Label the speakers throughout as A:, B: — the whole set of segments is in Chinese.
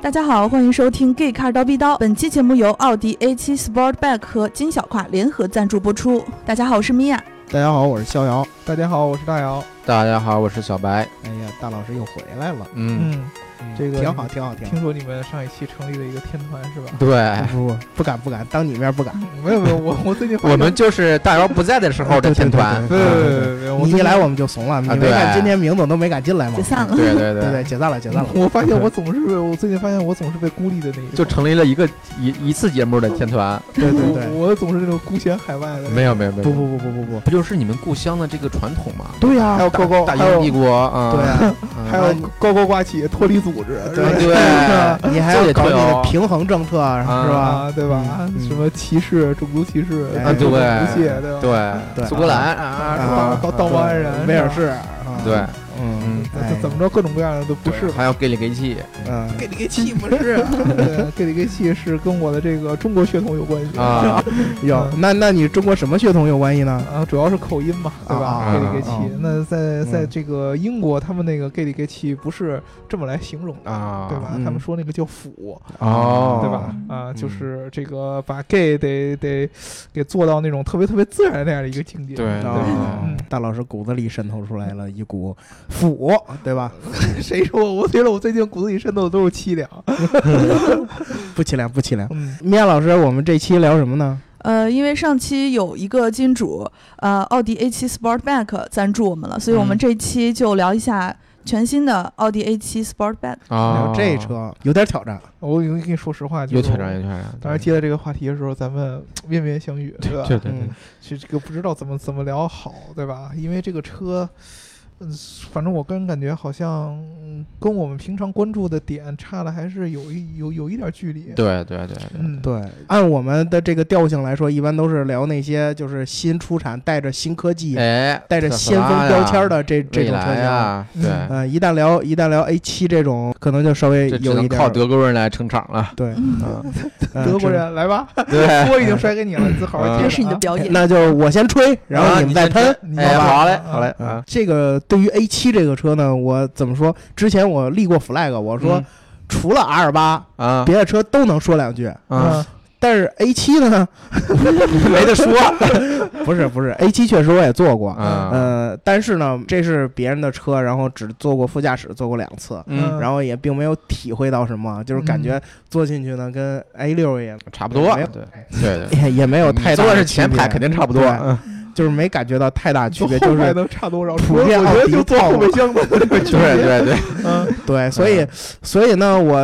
A: 大家好，欢迎收听《Gay Car 刀逼刀》。本期节目由奥迪 A7 Sportback 和金小胯联合赞助播出。大家好，我是米娅。
B: 大家好，我是逍遥。
C: 大家好，我是大姚。
D: 大家好，我是小白。
B: 哎呀，大老师又回来了，
D: 嗯，
C: 嗯，这
B: 这
C: 个
B: 个挺好，挺好，挺好
C: 听。说你们上一期成立了一个天团是吧？
D: 对，
B: 不不不敢不敢，当你面不敢。
C: 没有没有，我我最近发
D: 我
C: 现
D: 们嗯就是大姚不在的时候的天团。
C: 没有没有没有没有，我
B: 你
C: 最
B: 一
C: 近
B: 来我们就怂了，你
D: 啊
B: 没看
D: 对
B: 今天明总都没敢进来吗？
A: 解散了
D: 嗯对对
B: 对对，解散了，解散了。
C: 我发现我总是被我最近发现我总是被孤立的那一种
D: 就成立了一个一一次节目的天团。
B: 对对
C: 我
B: 对，
C: 我总是那种孤悬海外的。
D: 没有没有没有，
B: 不不不不不不，
D: 不就是你们故乡的这个传统吗？
B: 对呀，
C: 还有勾勾，
D: 大
C: 还
D: 英帝
C: 有
D: 国啊，
B: 对啊，
D: 嗯
C: 还有高高挂起脱离组织，是吧
B: 对
D: 对，
B: 你还
D: 这
B: 要
D: 也
B: 搞
D: 特
B: 你
D: 有
B: 的平衡政策是吧？
C: 啊，对吧
B: 嗯？嗯
C: 什么歧视、种族歧视、
B: 哎
D: 啊
C: 种族
D: 对
C: 不屑，对吧？
B: 对
D: 对，苏格兰啊
B: 啊，
C: 搞搞盗墓安人，
B: 威尔
C: 是
B: 士，
C: 吧，
B: 啊
D: 对，
B: 嗯
D: 嗯，
B: 哎
C: 怎怎么着各种各样的都不是
D: 还有 gay 里 gay 气，
B: 嗯，
C: 给里给气不是， 对给里给气是跟我的这个中国血统有关系
D: 啊，
B: 有
C: 嗯
B: 那那你中国什么血统有关系呢？
C: 啊，主要是口音嘛，对吧？
B: 啊
C: 给里给
B: 啊
C: 气，那在在
B: 嗯
C: 这个英国，他们那个给里给气不是这么来形容的
D: 啊
C: 对吧？
B: 嗯啊
C: 他们说那个叫腐，
D: 哦
C: 对吧？啊，就是这个把 gay 得得给做到那种特别特别自然那样的一个境界。
D: 对
B: 啊
C: 嗯，
B: 大老师骨子里渗透出来了一股腐，对吧？
C: 谁说我？我觉得我最近骨子里渗透的都是凄凉。
B: 不凄凉，不凄凉。
C: 嗯，
B: 米娅老师，我们这期聊什么呢？
A: 呃，因为上期有一个金主，呃，奥迪 A7 Sportback 赞助我们了，所以我们
D: 嗯
A: 这一期就聊一下全新的奥迪 A7 Sportback。
D: 啊
B: 聊，这车有点挑战，
C: 我跟跟你说实话，就
D: 有
C: 是
D: 挑战有挑战，
C: 当时接到这个话题的时候，咱们面面相遇，对吧？
D: 对对对
B: 嗯，
C: 这这个不知道怎么怎么聊好，对吧？因为这个车，嗯，反正我个人感觉好像嗯跟我们平常关注的点差的还是有一有有一点距离。，
D: 对对对对，
C: 嗯，
B: 对，按我们的这个调性来说，一般都是聊那些就是新出产、带着新科技、
D: 哎，
B: 嗯带着先锋标签的这这
D: 未
B: 种车
D: 来
B: 型。
D: 啊，
C: 嗯
D: 对，
B: 呃，一旦聊一旦聊 A 七这种，可能就稍微
D: 这只
B: 有一
D: 能
B: 点
D: 靠德国人来撑场了。
B: 对，
D: 嗯，
B: 呃
C: 德国。人来 吧，
D: 对，
C: 锅已经甩给你了，你自好好接
D: 嗯
A: 这
C: 着
A: 是你的
C: 啊
A: 表
B: 这
A: 演。
B: 那就我先吹，然后你们再喷。
C: 你
D: 哎，
C: 好吧
D: 好嘞，
C: 嗯
D: 好嘞，
B: 啊
D: 啊，，
B: 这个对于 A 七这个车呢，我怎么说？之前我立过 flag，我说除了 R 八，
D: 嗯啊
B: 别的车都能说两句。嗯
C: 嗯
D: 啊，
B: 但是 A 七呢，嗯
D: 没得说
B: 不是不是 A 七，确实我也坐过，
C: 嗯
D: 啊，
B: 呃，但是呢，这是别人的车，然后只坐过副驾驶，坐过两次，
D: 嗯，
B: 然后也并没有体会到什么，就是感觉坐进去呢跟 A 六也
D: 差不多，
B: 没
D: 对
B: 有
D: 对对，
B: 也也 没有太大
D: 哎坐
B: 的
D: 的是
B: 区
D: 前排，
B: 别
D: 肯定差不多。
B: 对
D: 嗯
B: 就是没感觉到太大区
C: 坐
B: 别，就
C: 后排
B: 是
C: 能差多少？
B: 普
C: 我
B: 遍
C: 我觉
B: 奥
C: 得
B: 迪
C: 就坐
B: 套啊
C: 后
B: 路
C: 备箱吧，
D: 对对对，
C: 嗯
B: 对，所以所以呢，我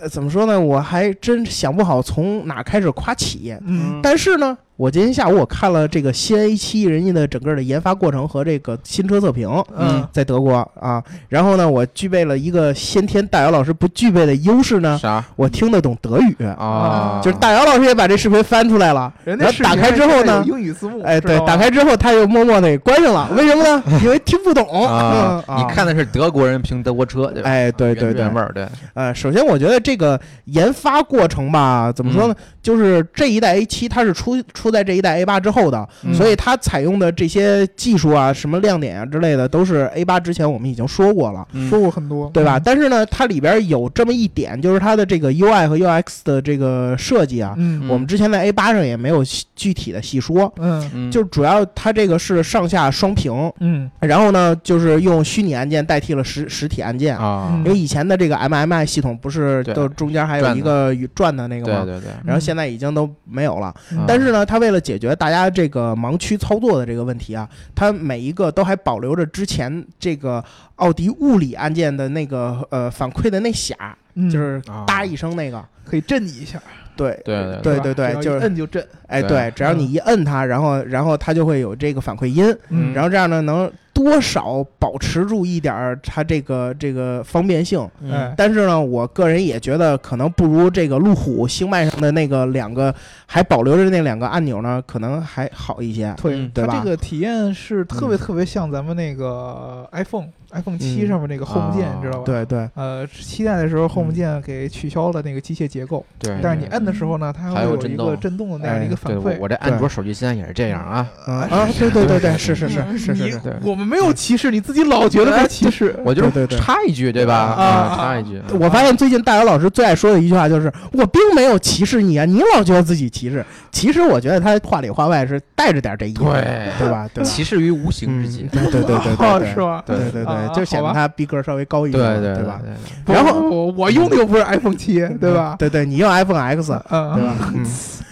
B: 呃怎么说呢，我还真想不好从哪开始夸起。
C: 嗯
B: 但是呢，我今天下午我看了这个新 A 七人家的整个的研发过程和这个新车测评，
C: 嗯
B: 在德国啊，然后呢，我具备了一个先天大姚老师不具备的优势呢，
D: 啥
B: 我听得懂德语，
D: 啊？
B: 嗯就是大姚老师也把这视频翻出来了，
C: 人
B: 然
C: 家
B: 后打开之后呢
C: 视频还有英语字幕，
B: 哎，
C: 知道
B: 对，
C: 吧
B: 打开之后他又默默的给关上了，为什么 呢？因为听不懂，
D: 啊
B: 嗯，
D: 你，看的是德国人评德国车，对吧？啊
B: 哎，对对
D: 原
B: 对
D: 原，味儿，对，
B: 呃，首先我觉得这个研发过程吧，怎么说呢？
C: 嗯
B: 就是这一代 A 七它是出出在这一代 A 八之后的，
C: 嗯
B: 所以它采用的这些技术啊、什么亮点啊之类的，都是 A 八之前我们已经说过了。
D: 嗯
C: 说过很多，
B: 对吧？？但是呢，它里边有这么一点，就是它的这个 UI 和 UX 的这个设计啊，
C: 嗯
B: 我们之前在 A 八上也没有细具体的细说，
C: 嗯
D: 嗯，
B: 就主要它这个是上下双屏，
C: 嗯
B: 然后呢，就是用虚拟按键代替了实实体按键。
D: 啊
C: 嗯
B: 因为以前的这个 MMI 系统不是
D: 对
B: 都中间还有一个转的那个
D: 对
B: 吗？
D: 对对，
B: 然后现在已经都没有了。
C: 嗯
B: 嗯但是呢，它为了解决大家这个盲区操作的这个问题啊，它每一个都还保留着之前这个奥迪物理按键的那个呃反馈的那匣，
C: 嗯
B: 就是
D: 啊
B: 哒一声那个。
C: 可以震你一下，
B: 对
D: 对对
B: 对
C: 吧
B: 对对
C: 只要一
B: 就是
C: 摁就震，
B: 哎
D: 对
B: 对，只要你一摁它，然后然后它就会有这个反馈音，
D: 嗯
B: 然后这样呢能多少保持住一点儿它这个这个方便性。
D: 嗯
C: 哎
B: 但是呢，我个人也觉得可能不如这个路虎星脉上的那个两个还保留着那两个按钮呢，可能还好一些。
C: 对
D: 嗯，
B: 对吧
C: 它这个体验是特别
B: 嗯
C: 特别像咱们那个 iPhone iPhone 七
B: 嗯
C: 上面那个 Home 键，
D: 啊
C: 你知道吧？。
B: 对对，
C: 呃，七代的时候，Home
B: 嗯
C: 键给取消了那个机械结构，
D: 对，
C: 但是你
D: 对
C: 摁的时候呢，它会
D: 还有
C: 有
D: 震
C: 一个
D: 动
C: 震动的那样的一个反
D: 对，我
C: 馈。哎
D: 我这安卓手机现在也是这样啊，
B: 嗯啊，对对对对，是是是是是是，
C: 你我们们没有歧视，你自己老觉得被歧视。
D: 我就
B: 对
D: 是
B: 对对
D: 插一句，对吧？
C: 啊
D: 啊，
C: 啊
D: 插一句，
B: 我发现最近大姚老师最爱说的一句话就是：“我并没有歧视你啊，你老觉得自己歧视。”其实我觉得他话里话外是带着点这意思的，
D: 对
B: 对吧？对吧，
D: 歧视于无形之
B: 嗯
D: 间。
B: 对对对对对
C: 哦，
B: 对
C: 是吗？
D: 对
B: 对对
C: 啊
B: 对，就显
C: 好
B: 得
C: 吧
B: 他逼格稍微高一
D: 对
B: 点嘛，
D: 对对
B: 吧？
D: 对
C: 不
B: 然后
C: 不不我用的又不是 iPhone 七，对吧？
B: 对对，你用 iPhone X，对
C: 嗯
B: 嗯吧？嗯。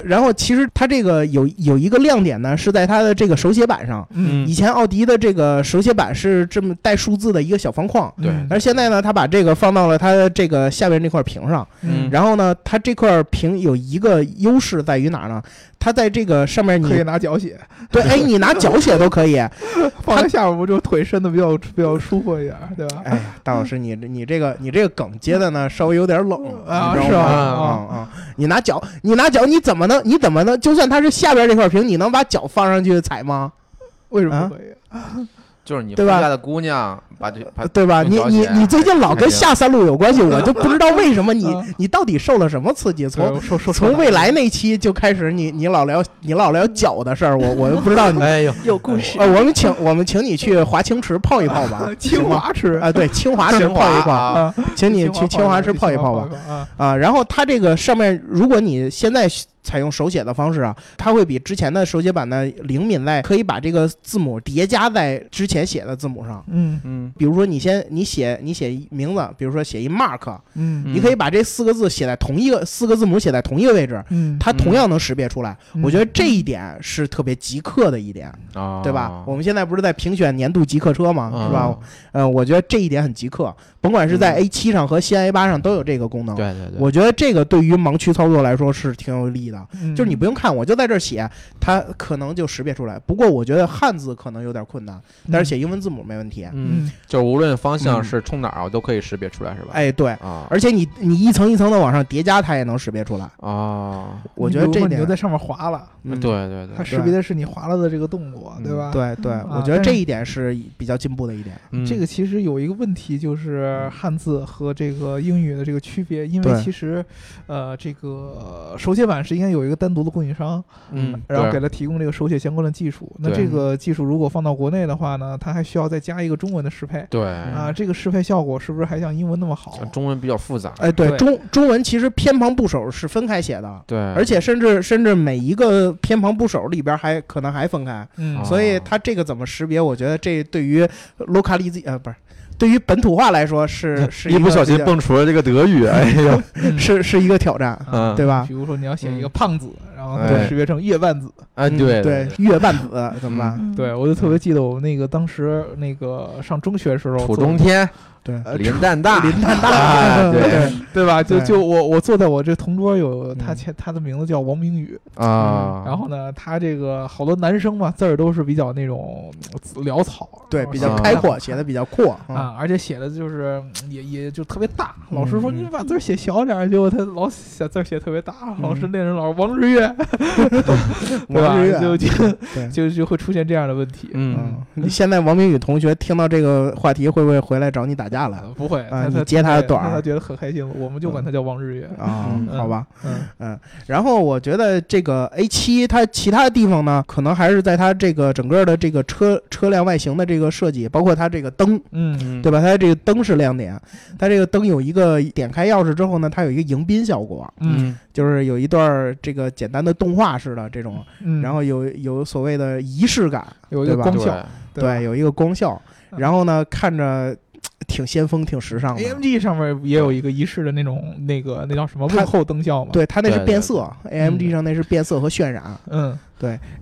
B: 然后其实它这个有有一个亮点呢，是在它的这个手写板上。
C: 嗯
B: 以前奥迪的这个手写板是这么带数字的一个小方框，
D: 对
C: 嗯
B: 而现在呢，它把这个放到了它的这个下面这块屏上。
D: 嗯
B: 然后呢，它这块屏有一个优势在于哪儿呢？它在这个上面
C: 可以
B: 你
C: 拿脚写，
B: 对， 哎，你拿脚写都可以。哎
C: 放在下边不就腿伸的比较比较舒服一点，对吧？
B: 哎 呀，大老师，你你这个你这个梗接的呢，稍微有点冷，
C: 啊
B: 你知
C: 是
B: 道
C: 吧
B: 吗？啊
C: 啊
B: 啊！你拿脚，你拿脚，你怎么能你怎么能？就算它是下边这块屏，你能把脚放上去踩吗？
C: 为什么
B: 啊
C: 不可以？
D: 就是你
B: 对
D: 回
B: 吧
D: 家的姑娘，把这把
B: 对吧？
D: 用
B: 你
D: 脚
B: 你
D: 写
B: 你最近老跟下三路有关系，我就不知道为什么你
C: 啊
B: 你到底受了什么刺激？
C: 对
B: 从
C: 我说说，
B: 从未来那期就开始你，你老聊你老聊脚的事儿，我我就不知道你。
D: 哎呦，
A: 有故事
B: 呃，我们请我们请你去华清池泡一泡吧
C: 清华吃
B: 行吗啊，对，清华池
D: 清华
B: 泡一泡，
D: 啊，
C: 啊，
B: 请你去清华池泡一泡吧。
C: 吧啊。
B: 啊，然后它这个上面，如果你现在采用手写的方式啊，它会比之前的手写版呢灵敏在可以把这个字母叠加在之前写的字母上。
C: 嗯
D: 嗯，
B: 比如说，你先你写你写一名字，比如说写一 Mark，
C: 嗯
B: 你可以把这四个字写在同一个四个字母写在同一个位置，
C: 嗯，
B: 它同样能识别出来。
C: 嗯
B: 我觉得这一点是特别极客的一点，
D: 啊，
B: 对吧？
C: 哦
B: 我们现在不是在评选年度极客车吗？
D: 啊
B: 是吧？？嗯，我觉得这一点很极客，甭管是
C: 嗯
B: 在 A 七上和新 A 八上都有这个功能。
D: 对对对，
B: 我觉得这个对于盲区操作来说是挺有利的，
C: 嗯
B: 就是你不用看，我就在这儿写，它可能就识别出来。不过我觉得汉字可能有点困难，但是写英文字母没问题。
D: 嗯
C: 嗯，
D: 就是无论方向
B: 嗯
D: 是冲哪儿，我啊都可以识别出来，是吧？
B: 哎，对，
D: 啊，
B: 而且你你一层一层的往上叠加，它也能识别出来。
D: 啊，
B: 我觉得
C: 你
B: 这
C: 比如说你
B: 点
C: 就，在上面划了，
B: 嗯
D: 对对嗯
C: 它
D: 对，
C: 识别的是你划了的这个动作，对吧？。
B: 对对，
C: 啊
B: 我觉得
C: 但
B: 这
C: 是
B: 一点是比较进步的一点。
D: 嗯
C: 这个其实有一个问题，就是汉字和这个英语的这个区别，因为
B: 对
C: 其实，呃，这个手写版是应该有一个单独的供应商，
D: 嗯，
C: 然后给
D: 对
C: 它提供这个手写相关的技术。那
D: 对嗯
C: 这个技术如果放到国内的话呢，它还需要再加一个中文的适配
D: 对，
C: 啊，这个适配效果是不是还像英文那么好？
D: 啊中文比较复杂，
B: 哎，对，
C: 对
B: 中中文其实偏旁部首是分开写的，
D: 对，
B: 而且甚至甚至每一个偏旁部首里边还可能还分开。
C: 嗯
D: 啊
B: 所以它这个怎么识别？我觉得这对于 localiz 呃不是，对于本土化来说 是是
D: 一
B: 个
D: 不小心
B: 比较
D: 蹦出了这个德语，哎呦，
C: 嗯啊
B: 是是一个挑战，
D: 嗯
B: 对吧
C: 比？如说你要写一个胖子，然后它
D: 哎
C: 就识别成叶半子。
D: 哎，
B: 嗯
D: 对
B: 对，月半子呃怎么办？
A: 嗯
C: 对，我就特别记得我们那个当时那个上中学的时候做，
D: 土中天，
B: 对
C: 呃
D: 林蛋大，
B: 林丹大
D: 啊，对
B: 对
C: 对吧？就
B: 对
C: 就我我坐在我这同桌有他
B: 嗯
C: 前他的名字叫王明宇，
D: 啊，
C: 然后呢，他这个好多男生嘛字儿都是比较那种呃潦草，
B: 对，
C: 然后
B: 比较
D: 哦
C: 写得
B: 开
C: 不好
B: 阔，写的比较阔
C: 看。啊，而且写的就是嗯也也就特别大。老师说
B: 嗯嗯
C: 你把字儿写小点儿，结果他老写字儿写特别大。老师那人老师王日月，对
B: 王日月
C: 吧？就就
B: 对。
C: 就就会出现这样的问题。
D: 嗯，
B: 嗯，你现在王明宇同学听到这个话题，会不会回来找你打架了
C: 呃不会，他
B: 啊你
C: 他
B: 揭他的短儿
C: 他觉得很开心，我们就管他叫王日月。
B: 啊
D: 嗯？
B: 好吧，
C: 嗯
B: 然后我觉得这个 A 七它其他地方呢，可能还是在它这个整个的这个车车辆外形的这个设计，包括它这个灯，
C: 嗯
D: 嗯
B: 对吧？它这个灯是亮点，它这个灯有一个点开钥匙之后呢，它有一个迎宾效果，
C: 嗯
B: 就是有一段儿这个简单的动画式的这种，
C: 嗯，
B: 然后有有所谓的仪式感，
C: 有一个
B: 对吧
C: 光
D: 对
C: 效，
B: 对，有一个光效，
C: 嗯
B: 然后呢看着挺先锋、挺时尚的。
C: AMG 上面也有一个仪式的那种那个那叫什么
B: 它
C: 幕后灯效嘛？，
B: 对，它那是
D: 对对
B: 变色，AMG
C: 嗯
B: 上那是变色和渲染。
C: 嗯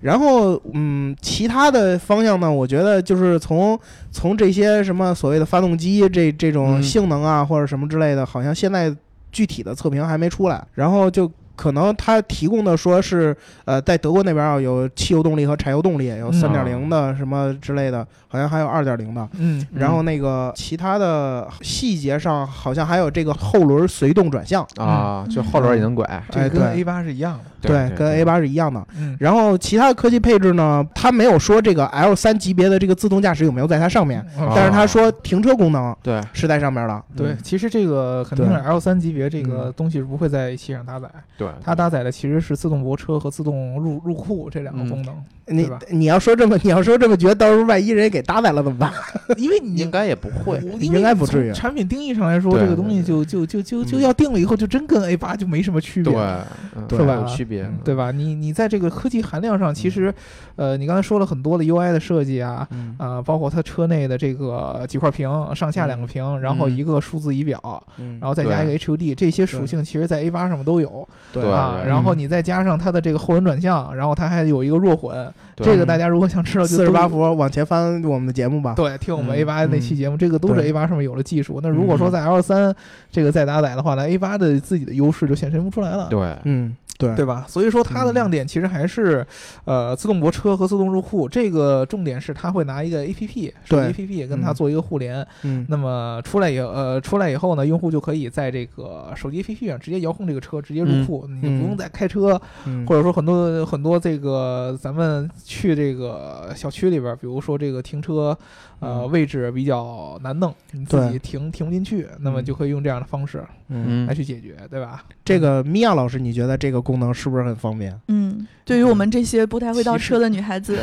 B: 然后，嗯，其他的方向呢，我觉得就是从从这些什么所谓的发动机这这种
D: 嗯
B: 性能啊、或者什么之类的，好像现在具体的测评还没出来。然后就可能它提供的说是，呃，在德国那边啊有汽油动力和柴油动力，有
C: 嗯
B: 三点零的什么之类的，好像还有二点零的。
C: 嗯
B: 然后那个其他的细节上，好像还有这个后轮随动转向，
D: 啊，就后轮也能拐，
B: 哎
C: 这跟
B: 对
C: A 八是一样的。
D: 嗯
B: 跟 A 八是一样的。
C: 嗯
B: 然后其他的科技配置呢，它没有说这个 L 三级别的这个自动驾驶有没有在它上面，
C: 嗯
B: 但是它说停车功能
D: 对
B: 是在上面的。
C: 对，其实这个肯定
B: 嗯对
C: 是 L 三级别这个东西是不会在一期上搭载，
D: 对对，
C: 它搭载的其实是自动泊车和自动入入库这两个功能，
B: 你
C: 对吧
B: 你要说这么你 要说这么绝，到时候万一人给搭载了怎么办？
C: 因为你
E: 应该也不会。
C: 我
B: 应该不至于
C: 从产品定义上来说，
D: 对
C: 这个东西就就就就就
D: 嗯
C: 要定了以后，就真跟 A 八就没什么区别
D: 对
C: 了，，
D: 嗯
B: 对
D: 有
C: 吧
D: 区别
B: 嗯，
C: 对吧？你你在这个科技含量上，其实，呃，你刚才说了很多的 UI 的设计啊，
B: 嗯
C: 啊、包括它车内的这个几块屏，上下两个屏，然后
B: 嗯
C: 一个数字仪表，
B: 嗯
C: 然后再加一个 HUD，这些属性其实在 A 八上面都有
B: 对
D: 对
C: 啊。
D: 对
C: 然后你再加上它的这个后轮转向，然后它还有一个弱混，
D: 对
C: 这个大家如果想知道就
B: 四十八
C: 都
B: 伏往前翻我们的节目吧。
C: 对，听我
B: 嗯
C: 们 A 八那期节目，这个都是
B: 对
C: A 八上面有的技术。那如果说在 L 三这个再搭载的话，那 A 八的自己的优势就显现不出来了。
D: 对，
B: 嗯，对
C: 对吧？所以说它的
B: 嗯
C: 亮点其实还是，呃，自动泊车和自动入库。这个重点是它会拿一个 A P P，手
B: 对
C: 机 A P P 跟它
B: 嗯
C: 做一个互联。
B: 嗯
C: 那么出来以后，呃，出来以后呢，用户就可以在这个手机 A P P 上直接遥控这个车，直接入库，你就不用再开车，
B: 嗯
C: 或者说很多很多这个咱们去这个小区里边儿，比如说这个停车，呃，
B: 嗯
C: 位置比较难弄，你自
B: 对
C: 己停停不进去，那么
B: 嗯
C: 就可以用这样的方式
B: 嗯，
D: 嗯
C: 来，去解决，对吧？
B: 这个米娅老师，你觉得这个功能是不是很方便？
A: 嗯，对于我们这些不太会倒车的女孩子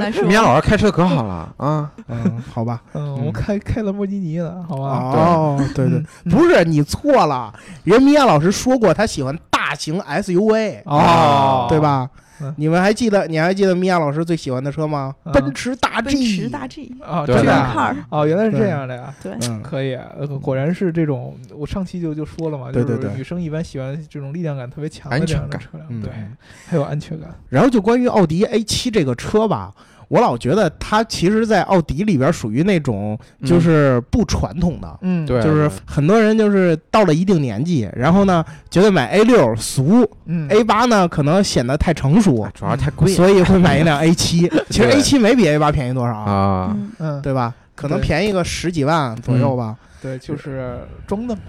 A: 来说
D: 米，娅老师开车可好了啊，
B: 嗯，好吧。
C: 嗯，我
B: 嗯
C: 开开兰博基尼呢，好吧？
B: 哦，对
A: 嗯
B: 对，不是你错了，人米娅老师说过他喜欢大型 SUV，
C: 哦，
B: 对？吧
C: 嗯？
B: 你们还记得你还记得米娅老师最喜欢的车吗
C: 嗯？
B: 奔驰大 G，
A: 奔驰大 G，
C: 啊，
D: 对
C: 这
A: 这
C: 样
A: 样
C: 啊
A: 看儿，
C: 哦，原来是这
B: 对
C: 样的呀。
A: 对，
B: 嗯，
C: 可以，呃果然是这种。我上期就就说了嘛，
B: 对
C: 就是
B: 对对
C: 女生一般喜欢这种力量感特别强的
D: 安
C: 这样
D: 全
C: 的
D: 感
C: 车辆，
B: 嗯
C: 对，还有安全感。
B: 然后就关于奥迪 A 7这个车吧，我老觉得它其实，在奥迪里边属于那种就是不传统的，
C: 嗯，
D: 对，
B: 就是很多人就是到了一定年纪，然后呢觉得买 A 6俗
C: 嗯
B: ，A 8呢可能显得太成熟
D: 啊，主要是太贵了
B: 所以会买一 辆 A 7其实 A 7没比 A 8便宜多少，
D: 啊，
A: 嗯，
C: 嗯，
B: 对吧？可能
C: 对
B: 便宜个十几万左
D: 嗯
B: 右吧，
C: 对，就是装的嘛，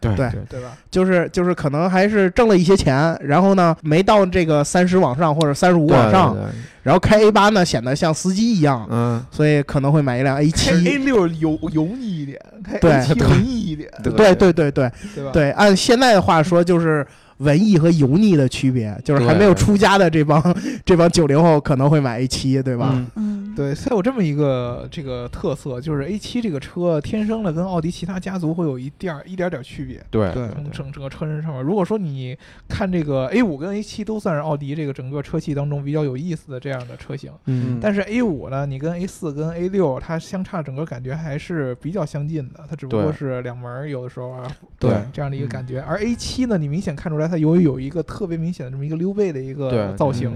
D: 对
B: 对
C: 对吧？
B: 就是就是可能还是挣了一些钱，然后呢没到这个三十往上或者三十五
D: 对
B: 往上，，
D: 对对对
B: 然后开 A 8呢显得像司机一样，
D: 嗯，
B: 所以可能会买一辆 A
C: 开 A
B: 7
C: 六油油腻一点，开
B: 对
C: A 七文艺一点，
D: 对
B: 对对对对
C: 对吧？
B: 对，按现在的话说就是。文艺和油腻的区别，就是还没有出家的这帮这帮九零后可能会买 A 7对吧？
D: 嗯
A: 嗯，
C: 对，它有这么一个这个特色，就是 A 7这个车天生的跟奥迪其他家族会有一点儿一点儿点儿区别。
D: 对
B: 对
C: 从整整个车身上面，如果说你看这个 A 5跟 A 7都算是奥迪这个整个车系当中比较有意思的这样的车型，
D: 嗯
C: 但是 A 5呢，你跟 A 4跟 A 6它相差整个感觉还是比较相近的，它只不过
D: 对
C: 是两门儿有的时候啊，
D: 对嗯
C: 这样的一个感觉。而 A 7呢，你明显看出来它由于有一个特别明显的这么一个溜背的一个
D: 对
C: 造
B: 对
C: 型，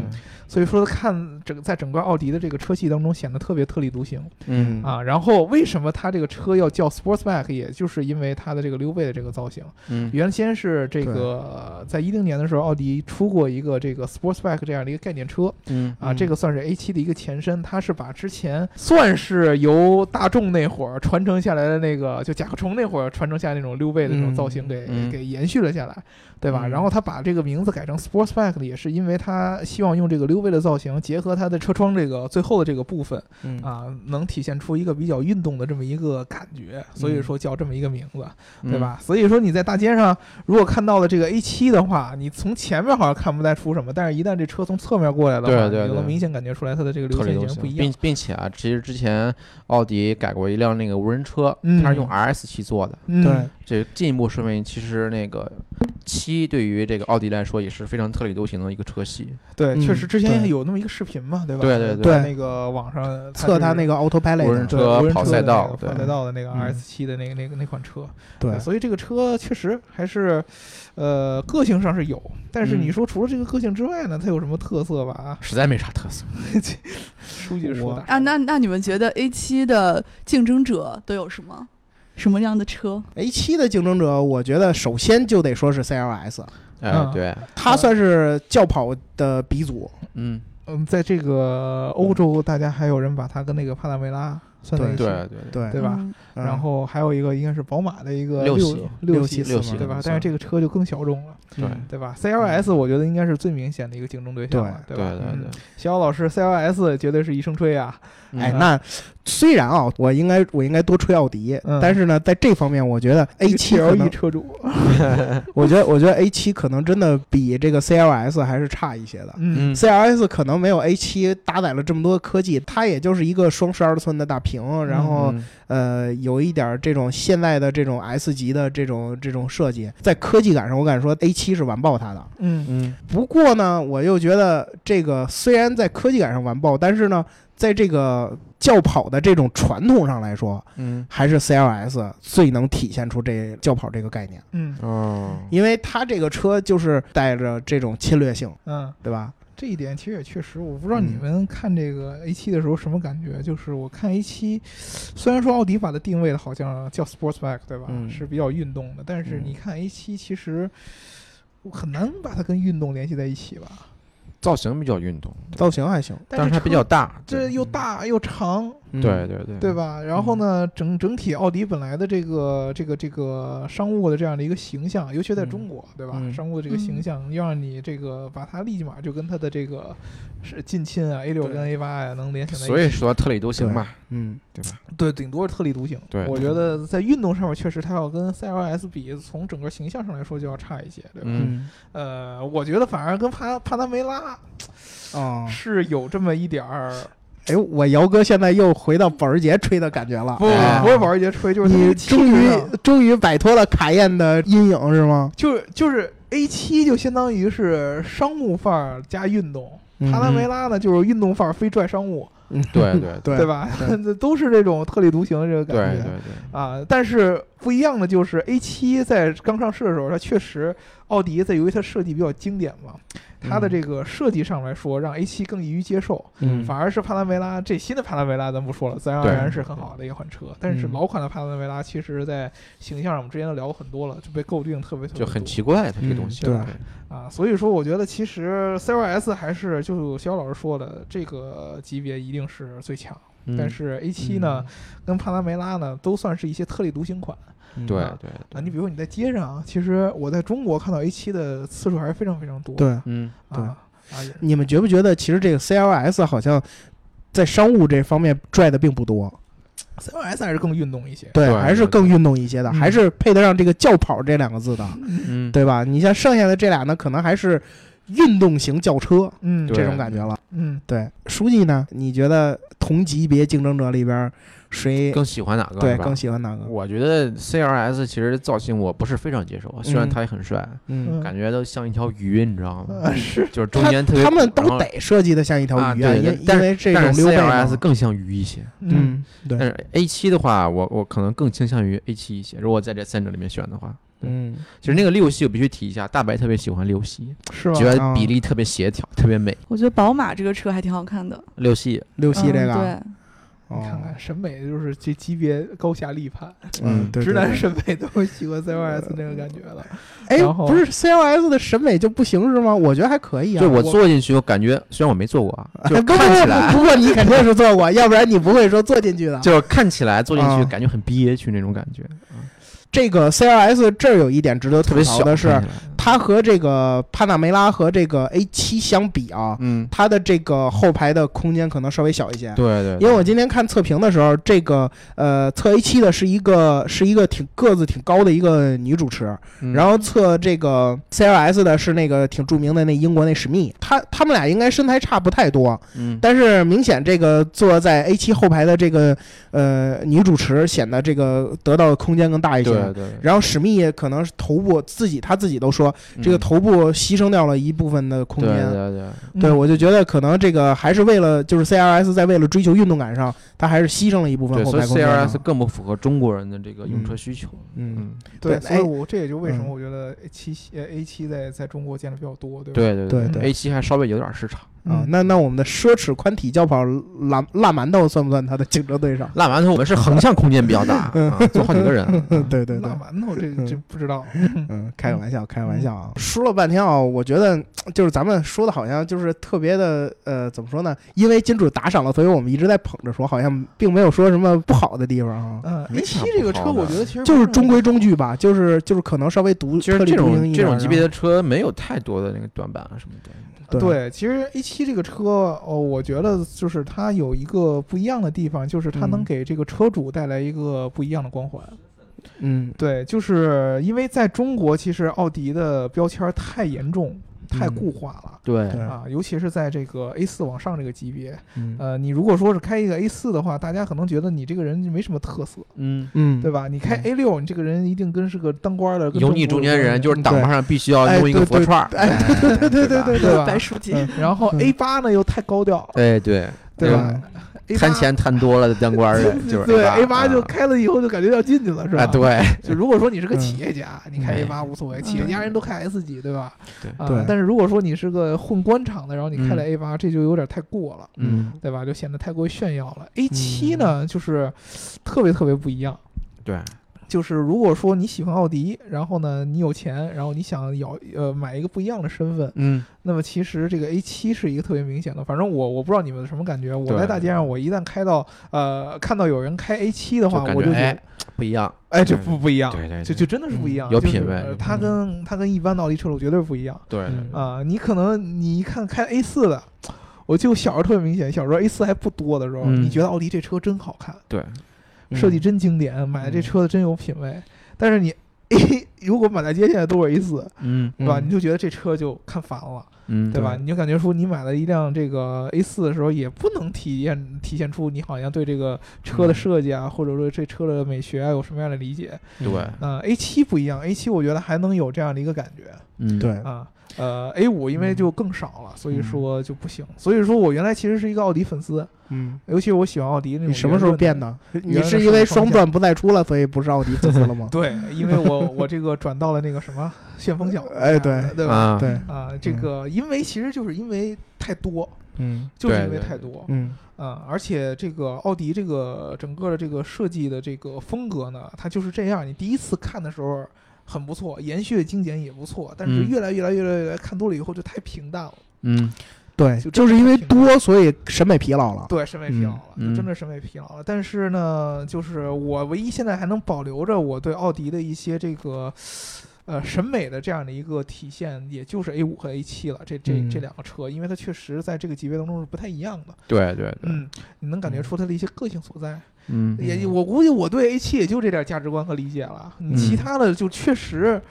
C: 所以说看整在整个奥迪的这个车系当中显得特别特立独行
D: 嗯
C: 啊。然后为什么它这个车要叫 Sportsback，也就是因为它的这个溜背的这个造型。
D: 嗯
C: 原先是这
B: 对
C: 个在一零年的时候，奥迪出过一个这个 Sportsback 这样的一个概念车
D: 嗯
C: 啊，
B: 嗯
C: 这个算是 A 7的一个前身，它是把之前算是由大众那会儿传承下来的那个，就甲壳虫那会儿传承下来那种溜背的那种
B: 嗯
C: 造型给、
D: 嗯
C: 给延续了下来，对吧？
B: 嗯
C: 然后他把这个名字改成 Sportsback 的，也是因为他希望用这个溜背的造型，结合它的车窗这个最后的这个部分
B: 嗯
C: 啊，能体现出一个比较运动的这么一个感觉，所以
B: 嗯
C: 说叫这么一个名字。
D: 嗯
C: 对吧？所以说你在大街上如果看到了这个 A 7的话，你从前面好像看不太出什么，但是一旦这车从侧面过来的话，
D: 对对
C: 你就能
D: 对
C: 明显感觉出来它的这个流
D: 特立
C: 线
D: 独
C: 型
D: 行
C: 不一样
D: 并。并且啊，其实之前奥迪改过一辆那个无人车，
C: 嗯
D: 它是用 RS 七做的，
C: 嗯，
B: 对，
D: 这进一步说明其实那个七对于这个奥迪来说也是非常特立独行的一个车系。
C: 对，
B: 嗯
C: 确实之前
B: 对
C: 有那么一个视频嘛，对吧？
D: 对对对
C: 在那个网上
B: 测它那
C: 个
B: 个 Autopilot
D: 无人
B: 的
D: 车跑赛道
C: 跑
D: 对
C: 赛道的那个
B: 嗯
C: RS 7的那个那个那款车。
B: 对
C: 所以这个车确实还是，呃，个性上是有，但是
D: 嗯
C: 你说除了这个个性之外呢，它有什么特色吧？啊，
D: 实在没啥特色，
C: 书记说的
A: 啊，那那你们觉得 A 7的竞争者都有什么什么样的车？
B: A 7的竞争者，我觉得首先就得说是 CLS，
D: 哎、
C: 嗯
D: 对，
B: 它算是轿跑的鼻祖。
D: 嗯，
C: 嗯，在这个欧洲，大家还有人把它跟那个帕拉梅拉算在一起，
D: 对对嗯对，
B: 对
C: 对吧？
A: 嗯
B: 嗯
C: 然后还有一个应该是宝马的一个
D: 六
C: 六
D: 系
C: 六
B: 系
D: 六系
B: 四门
C: 对吧
B: 嗯？
C: 但是这个车就更小众了，
D: 对
B: 嗯
C: 对吧？CLS 我觉得应该是最明显的一个竞争对象了，
D: 对
C: 吧？
D: 对
C: 嗯
D: 对，
C: 逍遥老师 CLS 绝对是一生吹啊，
D: 嗯
B: 哎，那虽然啊，我应该我应该多吹奥迪，
C: 嗯
B: 但是呢，在这方面，我觉得 A 七可
C: L E
B: 能，
C: 车主，
B: 我觉得我觉得 A 七可能真的比这个 CLS 还是差一些的。
C: 嗯
D: 嗯
B: CLS 可能没有 A 七搭载了这么多科技，它也就是一个双十二寸的大屏，然后、
D: 嗯
B: 呃有一点儿这种现在的这种 S 级的这种这种设计，在科技感上，我敢说 A 七是完爆它的。
C: 嗯
D: 嗯
B: 不过呢，我又觉得这个虽然在科技感上完爆，但是呢，在这个轿跑的这种传统上来说，
D: 嗯
B: 还是 CLS 最能体现出这轿跑这个概念，
C: 嗯
D: 哦，
B: 因为它这个车就是带着这种侵略性，
C: 嗯，
B: 对吧？
C: 这一点其实也确实，我不知道你
B: 嗯
C: 们看这个 A 7的时候什么感觉。就是我看 A 7虽然说奥迪把它定位的好像叫 Sportsback，对吧？
B: 嗯
C: 是比较运动的，但是
D: 嗯
C: 你看 A 7其实很难把它跟运动联系在一起吧？
D: 造型比较运动，
B: 造型还行，
D: 但是它
C: 它
D: 比较嗯大，
C: 这又大又长，
B: 嗯
D: 对对对
C: 对？吧？然
D: 嗯
C: 后呢，整整体奥迪本来的这个这个这个商务的这样的一个形象，尤其在中国，对吧？
B: 嗯
C: 商务的这个形象，要让你这个把它立马就跟它的这个是近亲啊，A 六跟 A 八呀能联想在一起。
D: 所以说特立独行嘛，
B: 嗯，
D: 对吧？
C: 对，顶多是特立独行。
D: 对
C: 我觉得在运动上面确实它要跟 CLS 比，从整个形象上来说就要差一些，对吧？
D: 嗯
C: 呃，我觉得反而跟帕帕拉梅拉
D: 嗯
B: 哦，
C: 是有这么一点儿，
B: 哎，我姚哥现在又回到保时捷吹的感觉了，
C: 不
D: 哎
C: 不是保时捷吹，就是它
B: 你
C: 的气质
B: 终于
C: 上
B: 终于摆脱了卡宴的阴影是吗？
C: 就是就是 A 七就相当于是商务范儿加运动，
B: 嗯
C: 帕拉梅拉呢就是运动范儿非拽商务，
B: 嗯
D: 对对
B: 对
C: 对吧？这 都是这种特立独行的这个
D: 对
C: 感
D: 对
C: 觉
D: 对，
C: 啊。但是不一样的就是 A 七在刚上市的时候，它确实奥迪在由于它设计比较经典嘛，它
D: 嗯
C: 的这个设计上来说让 A 七更易于接受，
B: 嗯
C: 反而是帕拉梅拉这新的帕拉梅拉咱不说了，自然而
D: 对嗯
C: 然是很好的一款车。但是老款的帕拉梅拉其实在形象上我们之前都聊过很多了，就被诟病特别特别
D: 就
C: 多
D: 很奇怪，它这个东西，
B: 嗯对
C: 啊，所以说我觉得其实 CLS 还是就肖老师说的这个级别一定是最强，
D: 嗯
C: 但是 A 7呢、跟帕拉梅拉呢都算是一些特立独行款
B: 嗯
D: 对
C: 啊
D: 对
C: 啊。
D: 对，
C: 你比如你在街上啊，其实我在中国看到 A 7的次数还是非常非常多。
B: 对，
D: 嗯
B: 对
C: 啊啊也
B: 你们觉不觉得其实这个 CLS 好像在商务这方面拽的并不多？
C: ，CLS 还是更运动一些。
B: 对，
D: 对
B: 还是
D: 对
B: 更运动一些的，
C: 嗯
B: 还是配得上这个“轿跑”这两个字的，
D: 嗯，
B: 对吧？你像剩下的这俩呢，可能还是运动型轿车
C: 嗯，
D: 对
B: 这种感觉了。
C: 嗯，
B: 对，书记呢？你觉得同级别竞争者里边谁
D: 更喜欢哪个？
B: 对
D: 是吧
B: 更喜欢哪个？
D: 我觉得 CLS 其实造型我不是非常接受，虽然
B: 嗯
D: 它也很帅，
B: 嗯，
C: 嗯
D: 感觉都像一条鱼，你知道吗
C: 啊？是
D: 就是中间特别
B: 他们
D: 然
B: 都
D: 后
B: 得设计的像一条
D: 啊
B: 鱼啊，
D: 对
B: 因
D: 对
B: 因为这种
D: 但是
B: 溜背嘛
D: CLS 更像鱼一些。
C: 嗯
B: 嗯，对，
D: 但是 A 7的话，我我可能更倾向于 A 7一些。如果在这三者里面选的话，
B: 嗯，
D: 其实那个六系我必须提一下，大白特别喜欢六系，
C: 是吧
D: 觉？
B: 啊
D: 得比例特别协调，特别美。
B: 嗯
A: 我觉得宝马这个车还挺好看的，嗯
D: 六系，
B: 六系这个啊，
A: 对，
C: 你嗯看
B: 哦
C: 看，审美就是这级别高下立判，
B: 嗯，对，
C: 直
B: 对
C: 男
B: 对
C: 审美都 喜欢 CLS 这个感觉了。
B: 哎，
C: 然后
B: 不是 CLS 的审美就不行是吗？我觉得还可以啊。
D: 就我坐进去，我感觉虽然我没坐过 啊，
B: 哎
D: 就是
B: 不不
D: 看起
B: 不，
D: 来，
B: 不过你肯定是坐过，要不然你不会说坐进去的。
D: 就是看起来坐进
B: 啊
D: 去感觉很憋屈那种感觉，
B: 这个 CLS 这儿有一点值得
D: 特
B: 吐
D: 别
B: 槽
D: 小
B: 的是
D: 看，起来，
B: 它和这个帕纳梅拉和这个 A 7相比啊，
D: 嗯，
B: 它的这个后排的空间可能稍微小一些。
D: 对对，
B: 因为我今天看测评的时候，这个呃测 A 7的是一个是一个挺个子挺高的一个女主持，
D: 嗯
B: 然后测这个 CLS 的是那个挺著名的那英国那史密，他他们俩应该身材差不太多，
D: 嗯
B: 但是明显这个坐在 A 7后排的这个呃女主持显得这个得到的空间更大一些。
D: 对对，
B: 然后史密可能是头部自己他自己都说，这个
D: 嗯
B: 头部牺牲掉了一部分的空
D: 对
B: 间。
D: 对对，
C: 嗯
B: 对我就觉得可能这个还是为了就是 CLS 在为了追求运动感上，它还是牺牲了一部分
D: 对，
B: 后
D: 所以
B: 排空间的。
D: CLS 更不符合中国人的这个用车
B: 嗯
D: 需求。
B: 嗯，
C: 对，
B: 对
C: 所以
B: 哎
C: 我这也就为什么
B: 嗯
C: 我觉得 A 七呃 A 七在在中国见的比较多，对吧？
D: 对对
B: 对对
D: ，A 7还稍微有点市场，
B: 啊。那那我们的奢侈宽体轿跑辣辣馒头算不算它的竞争对手？
D: 烂馒头我们是横向空间比较大，啊，坐好几个人。
B: 嗯，对对对
C: 辣，馒头这这不知道，
B: 嗯，开个玩笑，开个玩笑啊。说了半天啊，我觉得就是咱们说的好像就是特别的呃，怎么说呢？因为金主打赏了，所以我们一直在捧着说，好像并没有说什么不好的地方啊。
C: 嗯
D: 没
C: ，A 七
D: 啥
C: 这
D: 不
C: 个车
D: 好
C: 我
D: 的
C: 觉得其实
B: 就是中
C: 国
B: 规中矩吧，就是就是可能稍微独
D: 其实
B: 特立
D: 这
B: 独行
D: 种
B: 一
D: 这
B: 点儿
D: 种级别
B: 然
D: 的车没有太多的那个短板啊什么的。
B: 后对
C: 对，其实 A 七这个车，哦，我觉得就是它有一个不一样的地方，就是它能
B: 嗯
C: 给这个车主带来一个不一样的光环。
B: 嗯
C: 对，就是因为在中国，其实奥迪的标签儿太严重、太
B: 嗯
C: 固化了。
D: 对
B: 对
C: 啊，尤其是在这个 A 四往上这个级别，
B: 嗯
C: 呃，你如果说是开一个 A 四的话，大家可能觉得你这个人没什么特色，
D: 嗯，
B: 嗯
C: 对吧？你开 A 六，你这个人一定跟是个当官的，跟
D: 油
C: 政
D: 腻
C: 府有
D: 中间
C: 关
D: 人，
C: 系
D: 就
B: 党
D: 是挡
B: 对
D: 把上必须要
B: 哎
D: 弄一个
B: 对
D: 佛
B: 对
D: 串儿。哎，对对对对对
C: 对吧？
A: 白书记，
C: 嗯然后
B: 嗯
C: A 八呢又太高调了，
D: 哎对，
C: 对吧
B: 嗯
C: ？A
D: 贪
C: 八
D: 钱贪多了的当官儿的，就是
C: 对 A
D: 八
C: 八
D: 嗯
C: 就开了以后就感觉要进去了，是吧？
D: 啊，对，
C: 就如果说你是个
B: 嗯
C: 企业家，你开
D: 哎
C: A 八无所谓，企业家人都开 S 级，对吧？
D: 对
C: 啊
B: 对
C: 但是如果说你是个混官场的，然后你开了
D: 嗯
C: A 八，这就有点太过了，
D: 嗯，
C: 对吧？就显得太过于炫耀了。A 七呢，就是特别特别不一样。
D: 对，
C: 就是如果说你喜欢奥迪，然后呢你有钱，然后你想要呃买一个不一样的身份，
D: 嗯，
C: 那么其实这个 A 七是一个特别明显的。反正我我不知道你们什么感觉，我
D: 对
C: 在大街上我一旦开到呃看到有人开 A 七的话，
D: 就感
C: 我就
D: 觉
C: 觉得
D: 哎不一样，
C: 哎这不不一样，
D: 对对，
C: 就
D: 对
C: 就真的是不一样，
D: 有
C: 就是
D: 品嗯位
C: 呃它跟它跟一般的奥迪车主绝对不一样
D: 对对
B: 嗯
C: 啊、你可能你一看开 A 四的，我就小时候特别明显，小时候 A 四还不多的时候，
D: 嗯
C: 你觉得奥迪这车真好看，
D: 对，
B: 嗯
C: 设计真经典，买的这车真有品位。但是你 A 如果满大街现在都是 A 四，
D: 嗯
C: 对吧？
B: 嗯
C: 你就觉得这车就看烦了，
D: 嗯，
C: 对吧？
B: 对
C: 你就感觉说你买了一辆这个 A 四的时候，也不能体验体现出你好像对这个车的
D: 嗯
C: 设计啊，或者说对这车的美学啊有什么样的理解。
D: 对，
C: 嗯、a 七不一样，A 七我觉得还能有这样的一个感觉
D: 嗯，
B: 对，
C: 啊。呃，A 五因为
B: 嗯
C: 就更少了，所以
B: 嗯
C: 说就不行。所以说我原来其实是一个奥迪粉丝，
B: 嗯。
C: 尤其我喜欢奥迪那种。
B: 你什么时候变？ 的？你
C: 原来
B: 是
C: 是
B: 因为
C: 个
B: 双
C: 双？
B: 转不再出了，所以不是奥迪粉丝了吗
C: 对，因为我我这个转到了那个什么旋风小子
B: 哎
C: 这样的
B: 对
C: 对吧？
D: 啊，
B: 对，
C: 啊，这
B: 嗯
C: 个因为其实就是因为太多，
B: 嗯
C: 就是
D: 对
C: 因为
D: 对
C: 太
D: 对
C: 多
B: 嗯
C: 啊，而且这个奥迪这个整个的这个设计的这个风格呢，它就是这样。你第一次看的时候很不错，延续的经典也不错，但是
D: 嗯
C: 越来越来越来越来看多了以后就太平淡了。
D: 嗯，
B: 对，
C: 就
B: 就是
C: 真
B: 因
C: 的
B: 为
C: 挺
B: 多，所以审美疲劳了。
C: 对，审美疲劳了，
D: 嗯
C: 就
D: 嗯
C: 真的审美疲劳了。但是呢，就是我唯一现在还能保留着我对奥迪的一些这个。呃，审美的这样的一个体现，也就是 A 五和 A 七了，这这
B: 嗯
C: 这两个车，因为它确实在这个级别当中是不太一样的。
D: 对对对，
C: 嗯，你能感觉出它的一些个性所在。
D: 嗯，
C: 也，
B: 嗯
C: 我估计我对 A 七也就这点价值观和理解了，你其
D: 嗯
C: 他的就确实，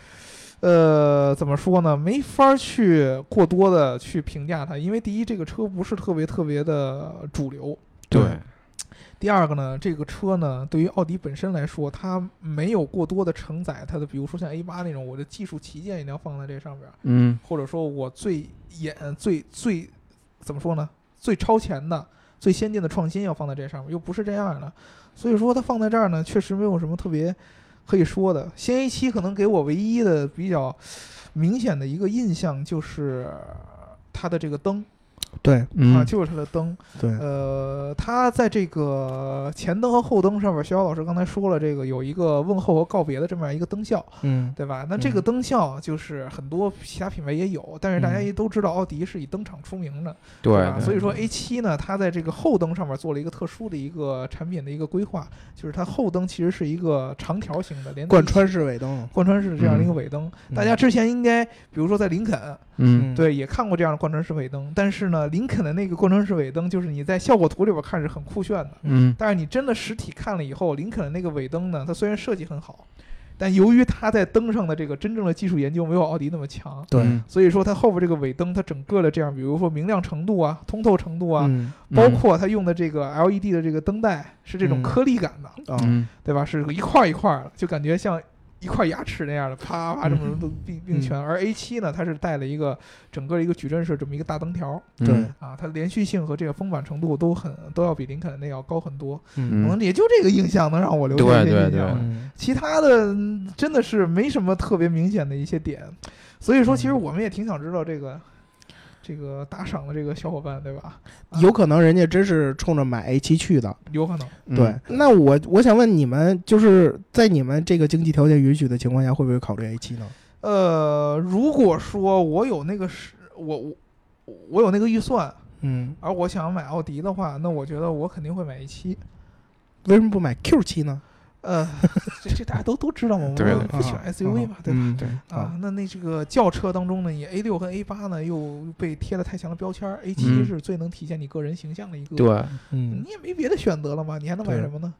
C: 呃，怎么说呢，没法去过多的去评价它，因为第一，这个车不是特别特别的主流；
D: 对，
C: 第二个呢，这个车呢，对于奥迪本身来说，它没有过多的承载它的，比如说像 A 八那种，我的技术旗舰一定要放在这上边儿，
D: 嗯，
C: 或者说我最严、最最怎么说呢？最超前的、最先进的创新要放在这上面，又不是这样的，所以说它放在这儿呢，确实没有什么特别可以说的。先 A 七可能给我唯一的比较明显的一个印象就是它的这个灯
B: 对
C: 啊，
D: 嗯，
C: 就是它的灯。
B: 对，
C: 呃，它在这个前灯和后灯上面，肖老师刚才说了，这个有一个问候和告别的这么样一个灯效。
B: 嗯
C: 对吧？那这个灯效就是很多其他品牌也有，但是大家
B: 嗯
C: 也都知道奥迪是以灯厂出名的，
D: 对
C: 吧？，所以说 A 7呢，它在这个后灯上面做了一个特殊的一个产品的一个规划，就是它后灯其实是一个长条形的连在一
B: 贯
C: 起
B: 穿式尾灯，
C: 贯穿式这样的一个尾灯。
B: 嗯
C: 大家之前应该，比如说在林肯，
D: 嗯，
C: 对，也看过这样的贯穿式尾灯，但是呢，林肯的那个贯穿式尾灯就是你在效果图里边看是很酷炫的，
D: 嗯，
C: 但是你真的实体看了以后，林肯的那个尾灯呢，它虽然设计很好，但由于它在灯上的这个真正的技术研究没有奥迪那么强，
B: 对
D: 嗯
C: 所以说它后边这个尾灯它整个的这样，比如说明亮程度啊、通透程度啊，
B: 嗯
C: 包括它用的这个 LED 的这个灯带是这种
B: 嗯
C: 颗粒感的，
B: 啊
D: 嗯，
C: 对吧？是一块儿一块儿的，就感觉像。一块牙齿那样的，啪啪这
D: 嗯
C: 么都并并全。而 A 7呢，它是带了一个整个一个矩阵式这么一个大灯条
D: 嗯
B: 对，
C: 啊，它连续性和这个丰满程度都很都要比林肯那要高很多。可
D: 嗯
C: 能也就这个印象能让我留下
D: 对
C: 一些
D: 对
C: 印
D: 对
C: 象了，
B: 嗯
C: 其他的嗯真的
D: 嗯
C: 是没什么特别明显的一些点，所以说其实我们也挺想知道这个。这个打赏的这个小伙伴，对吧？啊
B: 有可能人家真是冲着买 A 七去的。
C: 有可能，
D: 嗯
B: 对，那我我想问你们，就是在你们这个经济条件允许的情况下，会不会考虑 A 七呢？
C: 呃，如果说我有那个是，我我我有那个预算，
B: 嗯，
C: 而我想买奥迪的话，那我觉得我肯定会买 A 七。
B: 为什么不买 Q 七呢？啊
C: 呃， 这这大家都都知道嘛，我
D: 对
C: 们
D: 对
C: 不喜欢 SUV 嘛，对吧？
B: 嗯
D: 对
C: 啊，那那这个轿车当中呢，你 A 六和 A 八呢又被贴了太强的标签，A 七
D: 嗯
C: 是最能体现你个人形象的一个。，
D: 对，
B: 嗯
C: 你也没别的选择了嘛，你还能买
B: 对
C: 什么呢？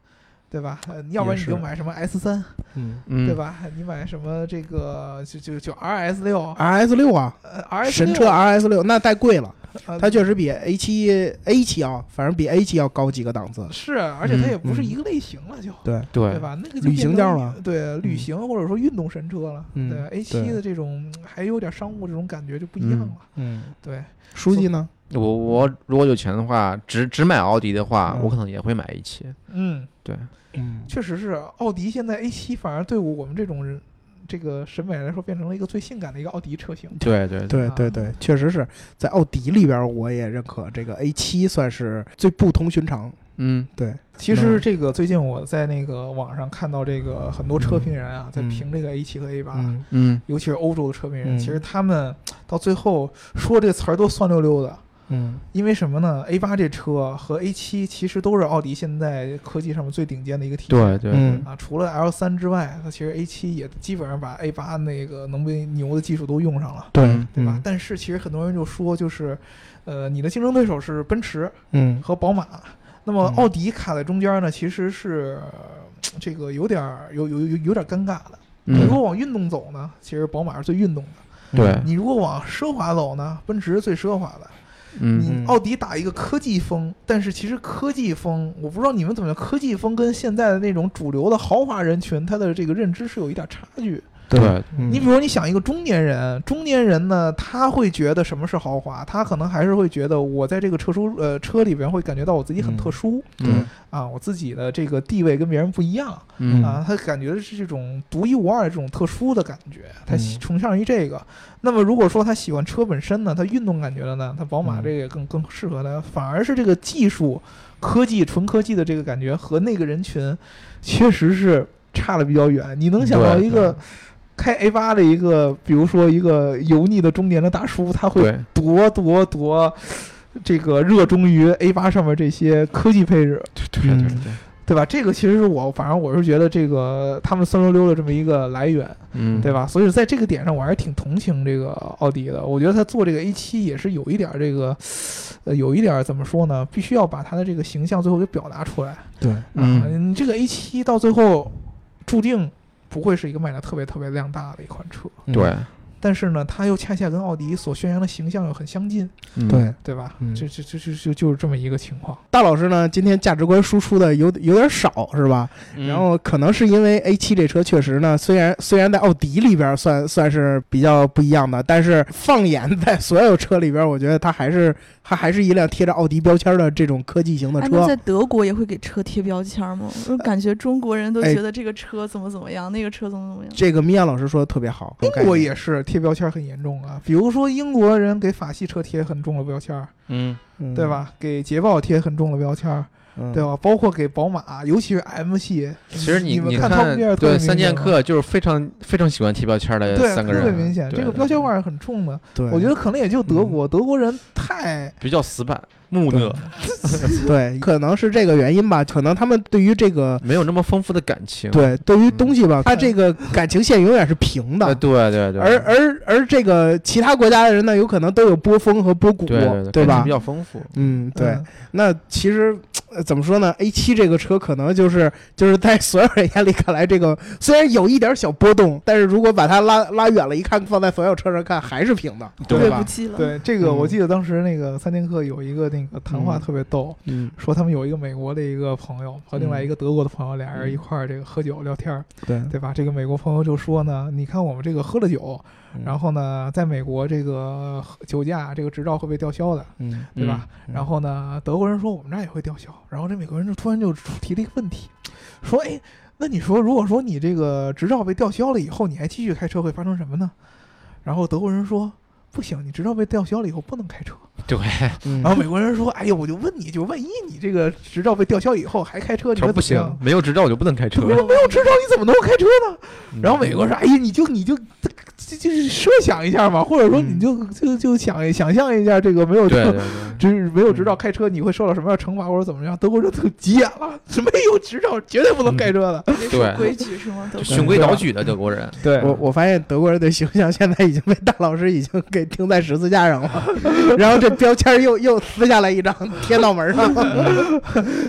C: 对吧？呃，要不
B: 也
C: 然你就是买什么 S 三，
B: 嗯
D: 嗯，
C: 对？吧？你买什么这个就就就 RS 六，
B: ，R S 六啊，
C: 呃，RS
B: 神车 R S 六那太贵了，
C: 呃
B: 它确实比 A 七 A 七啊，反正比 A 七要高几个档次。
C: 是，而且它也不是
B: 嗯
C: 一个类型了，就
B: 对，
D: 对
C: 对？吧？那个就
B: 旅行
C: 变
B: 调
C: 成
B: 了
C: 对，旅
B: 嗯
C: 行或者说运动神车了。
B: 嗯
C: 对 A 七
B: 对
C: 的这种还有点商务这种感觉就不一样了。
B: 嗯，
C: 对，
B: 书记呢？
D: 我我如果有钱的话，只只买奥迪的话，
B: 嗯
D: 我可能也会买一汽。
C: 嗯，
D: 对，
B: 嗯，
C: 确实是，奥迪现在 A 七反而对我我们这种人这个审美来说，变成了一个最性感的一个奥迪车型。
D: 对对
B: 对对对，确实是在奥迪里边，我也认可这个 A 七算是最不同寻常。
D: 嗯
B: 对，
C: 其实
B: 嗯
C: 这个最近我在那个网上看到，这个很多车评人啊，在
B: 嗯
C: 评这个 A 七和 A 八、
B: 嗯
D: 嗯，
C: 尤其是欧洲的车评人，
B: 嗯
C: 其实他们到最后说这个词儿都酸溜溜的。
B: 嗯
C: 因为什么呢？A 八这车和 A 七其实都是奥迪现在科技上面最顶尖的一个体系。
D: 对对
B: 嗯
C: 啊，除了 L 三之外，它其实 A 七也基本上把 A 八那个能被牛的技术都用上了，
B: 对
D: 嗯
C: 对吧？
B: 嗯
C: 但是其实很多人就说，就是，呃，你的竞争对手是奔驰
B: 嗯
C: 和宝马，那么
B: 嗯
C: 奥迪卡在中间呢，其实是呃这个有点儿有有有有点儿尴尬的。你
D: 嗯
C: 如果嗯往运动走呢，其实宝马是最运动的；
D: 对
C: 你如果往奢华走呢，奔驰是最奢华的。
D: 嗯
C: 你
B: 嗯
C: 奥迪打一个科技风，但是其实科技风，我不知道你们怎么样，科技风跟现在的那种主流的豪华人群，他的这个认知是有一点差距。
D: 对
B: 嗯
C: 你比如你想一个中年人，中年人呢，他会觉得什么是豪华，他可能还是会觉得我在这个车书呃车里边会感觉到我自己很
B: 嗯
C: 特殊、
D: 嗯
C: 啊，我自己的这个地位跟别人不一样。
D: 嗯
C: 啊，他感觉是这种独一无二的这种特殊的感觉，他喜
B: 嗯
C: 崇尚于这个。那么如果说他喜欢车本身呢，他运动感觉的呢，他宝马
B: 嗯
C: 这个更更适合他，反而是这个技术、科技、纯科技的这个感觉和那个人群确实是差的比较远。你能想到
D: 对
C: 一个开 A 八的一个，比如说一个油腻的中年的大叔，他会
D: 对
C: 多多多这个热衷于 A 八上面这些科技配置，
D: 对
B: 嗯
D: 对对，
C: 对吧？这个其实是我，反正我是觉得这个他们酸溜溜的这么一个来源，
D: 嗯
C: 对吧？所以在这个点上，我还是挺同情这个奥迪的。我觉得他做这个 A 七也是有一点儿这个，呃，有一点儿怎么说呢？必须要把他的这个形象最后给表达出来。
B: 对，
C: 啊
D: 嗯
C: 你这个 A 七到最后注定不会是一个卖的特别特别量大的一款车，
B: 嗯
D: 对
C: 但是呢，它又恰恰跟奥迪所宣扬的形象又很相近，
D: 嗯
B: 对，
C: 对吧？
B: 嗯
C: 这这这这就就是这么一个情况。
B: 大老师呢，今天价值观输出的有有点少，是吧？
D: 嗯
B: 然后可能是因为 A 7这车确实呢，虽然虽然在奥迪里边算算是比较不一样的，但是放眼在所有车里边，我觉得它还是它还是一辆贴着奥迪标签的这种科技型的
A: 哎，那
C: 啊
B: 车
A: 在。德国也会给车贴标签吗？我感觉中国人都
B: 哎
A: 觉得这个车怎么怎么样，那个车怎么怎么样。
B: 这个米娅老师说的特别好，
C: 英国也是贴标签很严重啊，比如说英国人给法系车贴很重的标签儿，
D: 嗯
B: 嗯
C: 对？吧？给捷豹贴很重的标签儿，
B: 嗯
C: 对吧？包括给宝马，尤其是 M 系，
D: 其实
C: 你
D: 你
C: 们看 Top Gear 特别
D: 对
C: 明显
D: 三剑
C: 吗
D: 客就是非常非常喜欢贴标签的
C: 对，
D: 三个人，
C: 特别明显，
D: 对
C: 这个标签化是很重的。
B: 对，嗯
C: 我觉得可能也就德国，德国人太
D: 比较死板木讷，
B: 对，可能是这个原因吧，可能他们对于这个。
D: 没有那么丰富的感情。
B: 对，对于
D: 嗯
B: 东西吧，他这个感情线永远是平的
D: 呃，，对对对，
B: 而而而这个其他国家的人呢，有可能都有波峰和波谷，
D: 对对对感情
B: 吧
D: 比？较丰富。
B: 嗯，对。
C: 嗯
B: 那其实呃怎么说呢？A 七这个车可能就是就是在所有人眼里看来，这个虽然有一点小波动，但是如果把它拉拉远了一看，放在所有车上看还是平的，
D: 对
B: 吧
A: 不？记了。
C: 对这个，
B: 嗯
C: 我记得当时那个三剑客有一个那个谈话
B: 嗯
C: 特别逗，
B: 嗯，
C: 说他们有一个美国的一个朋友和另外一个德国的朋友，俩人一块儿这个喝酒聊天儿，
B: 对
C: 对吧？这个美国朋友就说呢，你看我们这个喝了酒，
B: 嗯
C: 然后呢，在美国这个喝酒驾这个执照会被吊销的，
B: 嗯，
C: 对吧？
B: 嗯
C: 然后呢，德国人说我们这儿也会吊销，然后这美国人就突然就提了一个问题，说哎，那你说如果说你这个执照被吊销了以后，你还继续开车会发生什么呢？然后德国人说。不行，你执照被吊销了以后不能开车。
E: 对，
B: 嗯
C: 然后美国人说：“哎呦，我就问你，就万一你这个执照被吊销以后还开车，你
E: 他说
C: 说
E: 不行，没有执照我就不能开车
C: 怎么。样？没有没有执照你怎么能够开车呢？”
E: 嗯
C: 然后美国人说：“哎呀，你就你就就就是设想一下嘛，或者说
B: 嗯
C: 你就就就想想象一下这个没有
D: 对对
C: 执 就
D: 对，
C: 是没有执照开车你会受到什么样的惩罚或者怎么样？”德国人都急眼了，是没有执照绝对不能开车的。
A: 这
D: 对
A: 是规矩是吗？都
D: 就是循规蹈矩的德国人，
E: 对，
B: 我我发现德国人的形象现在已经被大老师已经给钉在十字架上了， 然后这标签儿又又撕下来一张贴脑门上。
C: 对吧？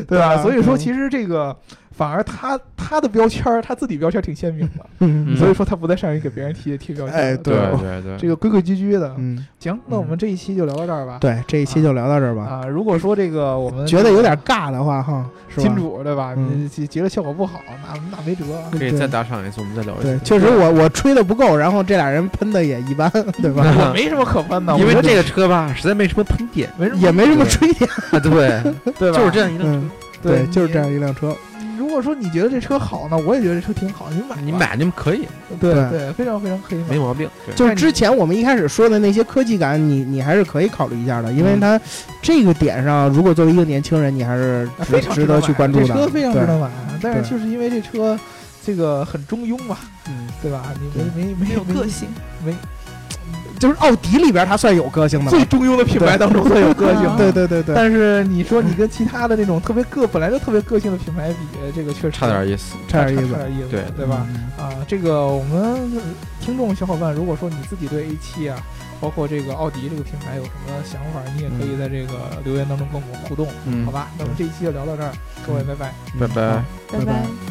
B: 对啊
C: 所以说，
B: 嗯
C: 其实这个反而他他的标签儿，他自己标签儿挺鲜明的，
B: 嗯
C: 所以说他不再善于给别人贴贴标签儿了。
B: 哎
C: 吧
B: 对
D: 对对
C: 这个规规矩矩的。
B: 嗯，
C: 行，那我们这一期就聊到这儿吧。
B: 对，这一期就聊到这儿吧。
C: 啊，如果说这个我们
B: 觉得有点尬的话，哈，是吧
C: 金？主对吧？
B: 嗯
C: 你觉觉得效果不好，那那没辙啊。
D: 可以再打赏一次，我们再聊一
B: 对，
D: 次。
B: 确实我我吹的不够，然后这俩人喷的也一 般，对 吧？
C: 我没什么可喷的，
E: 因为
C: 我觉得
E: 这个车吧，实在没什么喷 点
C: 没什么
B: 也没什么吹点，
E: 啊，对，
C: 对吧？
E: 就是这样一辆
B: 嗯
E: 车，，
B: 对，就是这。
C: 你
B: 样一辆车，
C: 如果说你觉得这车好呢，我也觉得这车挺好，你买吧
E: 你买你们可以，
C: 对
B: 对
C: 对，非常非常可以买
E: 没。毛病。对
B: 就是之前我们一开始说的那些科技感，你你还是可以考虑一下的，因
C: 嗯
B: 为它这个点上，如果作为一个年轻人，你还是
C: 啊
B: 值
C: 非常
B: 值得
C: 买
B: 去关注的。
C: 这车非常值
B: 对
C: 得买，啊但是就是因为这车这个很中庸嘛，
B: 嗯
C: 对吧？你没没没
A: 没有
C: 没
A: 个性，
C: 没
B: 就是奥迪里边它算有个性的
C: 最
B: 了。
C: 中庸的品牌当中最有个性
A: 啊
B: 对
C: 的。
B: 对对对，
C: 但是你说你跟其他的那种特别个本来就特别个性的品牌比，这个确实
D: 差点意思，
B: 差点
C: 差
B: 意
C: 差
B: 思，嗯
C: 点意思，
D: 对
C: 对吧？？啊，这个我们听众小伙伴，如果说你自己对 A 7啊，包括这个奥迪这个品牌有什么想法，你也可以在这个留言当中跟我们互动，
D: 嗯
C: 好，吧？那我们这一期就聊到这儿，各位拜拜。
D: 拜拜。
B: 拜拜
A: 拜